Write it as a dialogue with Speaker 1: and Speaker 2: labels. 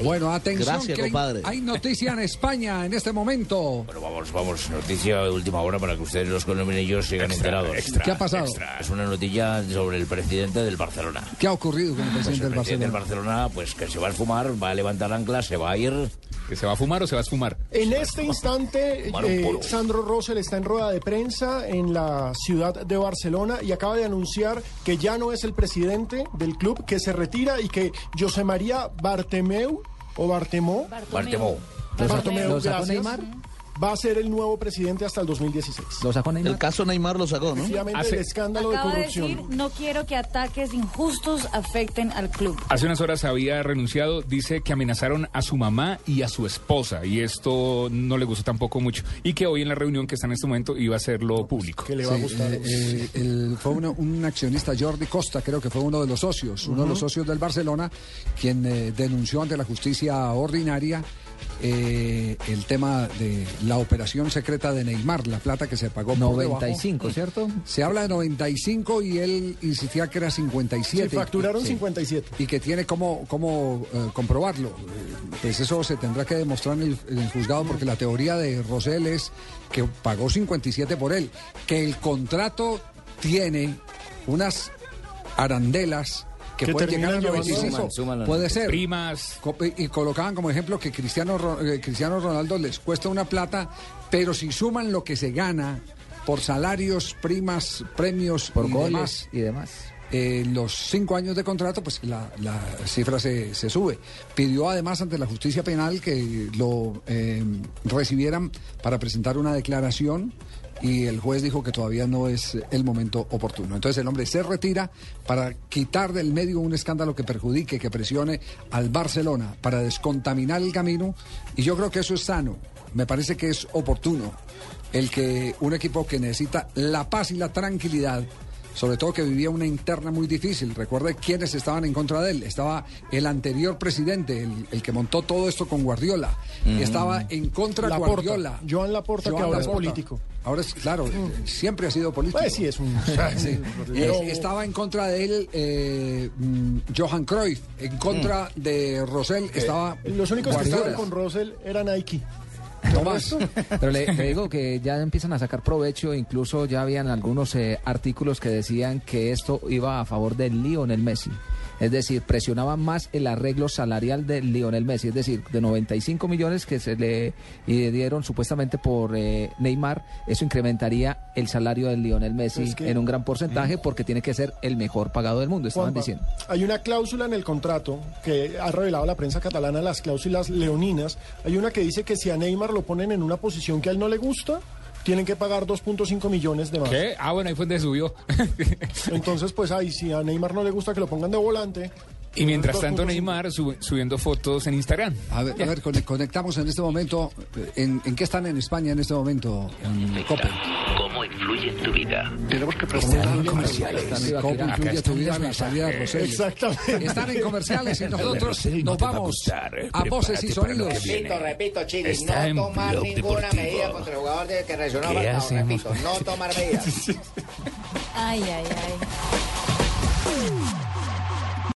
Speaker 1: Bueno, atención,
Speaker 2: Gracias,
Speaker 1: que hay-
Speaker 2: compadre.
Speaker 1: Hay, noticia en España en este momento.
Speaker 3: Bueno, vamos, vamos. Noticia de última hora para que ustedes, los colombianos, sigan enterados.
Speaker 1: ¿Qué ha pasado?
Speaker 3: Es una noticia sobre el presidente del Barcelona.
Speaker 1: ¿Qué ha ocurrido con el
Speaker 3: Pues
Speaker 1: presidente
Speaker 3: el
Speaker 1: del
Speaker 3: presidente del
Speaker 1: Barcelona?
Speaker 3: Barcelona, pues que se va a esfumar, va a levantar ancla, se va a ir.
Speaker 4: ¿Que se va a fumar o se va a esfumar?
Speaker 5: En este instante,
Speaker 3: Fumar un
Speaker 5: eh,
Speaker 3: puro.
Speaker 5: Sandro Rosell está en rueda de prensa en la ciudad de Barcelona y acaba de anunciar que ya no es el presidente del club, que se retira y que José María Bartemeu o Bartemó,
Speaker 3: Bartemó.
Speaker 5: Bartomeu,
Speaker 2: ¿Lo sacó
Speaker 5: gracias,
Speaker 2: Neymar?
Speaker 5: va a ser el nuevo presidente hasta el 2016.
Speaker 2: Lo sacó Neymar. El caso Neymar lo sacó, ¿no?
Speaker 5: Efectivamente,
Speaker 4: Hace-
Speaker 5: el escándalo
Speaker 6: Acaba
Speaker 5: de
Speaker 6: de
Speaker 5: corrupción.
Speaker 6: decir, no quiero que ataques injustos afecten al club.
Speaker 4: Hace unas horas había renunciado, dice que amenazaron a su mamá y a su esposa y esto no le gustó tampoco mucho y que hoy en la reunión que está en este momento iba a hacerlo público.
Speaker 5: que le va a
Speaker 1: Sí,
Speaker 5: gustar.
Speaker 1: eh, eh, el- fue uno- un accionista, Jordi Costa, creo que fue uno de los socios, uno de los socios del Barcelona, quien eh, denunció ante la justicia ordinaria eh, el tema de la operación secreta de Neymar, la plata que se pagó por debajo.
Speaker 2: 95, ¿cierto?
Speaker 1: Se habla de 95 y él insistía que era 57.
Speaker 5: Sí, facturaron
Speaker 1: Sí.
Speaker 5: 57.
Speaker 1: y que tiene cómo, cómo eh, comprobarlo. Eh, Pues eso se tendrá que demostrar en el, en el juzgado porque la teoría de Rosell es que pagó 57 por él, que el contrato tiene unas arandelas que,
Speaker 5: Que
Speaker 1: pueden llegar a
Speaker 5: terminan llevando-
Speaker 1: 95.
Speaker 3: Suman, suman las
Speaker 1: Puede ser.
Speaker 4: Primas.
Speaker 1: Co- Y colocaban como ejemplo que Cristiano, Ro- eh, Cristiano Ronaldo les cuesta una plata, pero si suman lo que se gana por salarios, primas, premios
Speaker 2: Por
Speaker 1: y
Speaker 2: goles
Speaker 1: demás,
Speaker 2: y demás.
Speaker 1: eh, los cinco años de contrato, pues la, la cifra se, se sube. Pidió además ante la justicia penal que lo eh, recibieran para presentar una declaración y el juez dijo que todavía no es el momento oportuno. Entonces el hombre se retira para quitar del medio un escándalo que perjudique, que presione al Barcelona, para descontaminar el camino y yo creo que eso es sano, me parece que es oportuno el que un equipo que necesita la paz y la tranquilidad sobre todo que vivía una interna muy difícil. Recuerde quiénes estaban en contra de él. Estaba el anterior presidente, el, el que montó todo esto con Guardiola. Estaba en contra de
Speaker 5: Laporta,
Speaker 1: Guardiola.
Speaker 5: Joan Laporta, que ahora es político. Mm.
Speaker 1: Ahora es, claro, eh, siempre ha sido político.
Speaker 5: Pues sí, es un...
Speaker 1: Sí.
Speaker 5: Pero-
Speaker 1: Eh, estaba en contra de él eh, mm, Johan Cruyff, en contra de Rosell estaba
Speaker 5: eh, Los únicos que estaban
Speaker 1: Guardiola.
Speaker 5: con Rosell eran Nike.
Speaker 1: No más.
Speaker 2: Pero le, le digo que ya empiezan a sacar provecho, incluso ya habían algunos eh, artículos que decían que esto iba a favor de Lionel Messi. Es decir, presionaba más el arreglo salarial de Lionel Messi, es decir, de 95 millones que se le y dieron supuestamente por eh, Neymar, eso incrementaría el salario de Lionel Messi
Speaker 5: Es que-
Speaker 2: en un gran porcentaje porque tiene que ser el mejor pagado del mundo, estaban
Speaker 5: Juanpa,
Speaker 2: diciendo.
Speaker 5: Hay una cláusula en el contrato que ha revelado la prensa catalana, las cláusulas leoninas. Hay una que dice que si a Neymar lo ponen en una posición que a él no le gusta, tienen que pagar 2.5 millones de más.
Speaker 4: ¿Qué? Ah, bueno, ahí fue donde subió.
Speaker 5: Entonces, pues ahí, si a Neymar no le gusta que lo pongan de volante.
Speaker 4: y mientras tanto
Speaker 5: 2.5.
Speaker 4: Neymar sub- subiendo fotos en Instagram.
Speaker 1: A ver, a ver, con- conectamos en este momento. eh, ¿En, en qué están en España en este momento? En COPE.
Speaker 7: ¿Cómo influye en tu vida?
Speaker 1: Tenemos que preguntar comerciales.
Speaker 2: Acá
Speaker 1: ¿Cómo influye
Speaker 4: está
Speaker 1: tu vida en la
Speaker 4: Iván
Speaker 1: salida de Rosell?
Speaker 5: Exactamente.
Speaker 1: Están en comerciales y nosotros
Speaker 3: Rosell no
Speaker 1: nos
Speaker 3: te va a
Speaker 1: vamos
Speaker 3: gustar. eh.
Speaker 1: a
Speaker 3: Prepárate
Speaker 1: voces y
Speaker 3: para lo
Speaker 1: sonidos.
Speaker 3: que viene.
Speaker 8: Repito, repito, Chile,
Speaker 3: eh. Está en
Speaker 8: no tomar
Speaker 3: Blog
Speaker 8: ninguna
Speaker 3: Deportivo.
Speaker 8: medida contra el jugador de que reaccionó
Speaker 3: ¿Qué
Speaker 8: Falcao,
Speaker 3: hacemos?
Speaker 8: repito, no tomar medidas.
Speaker 6: Ay, ay, ay.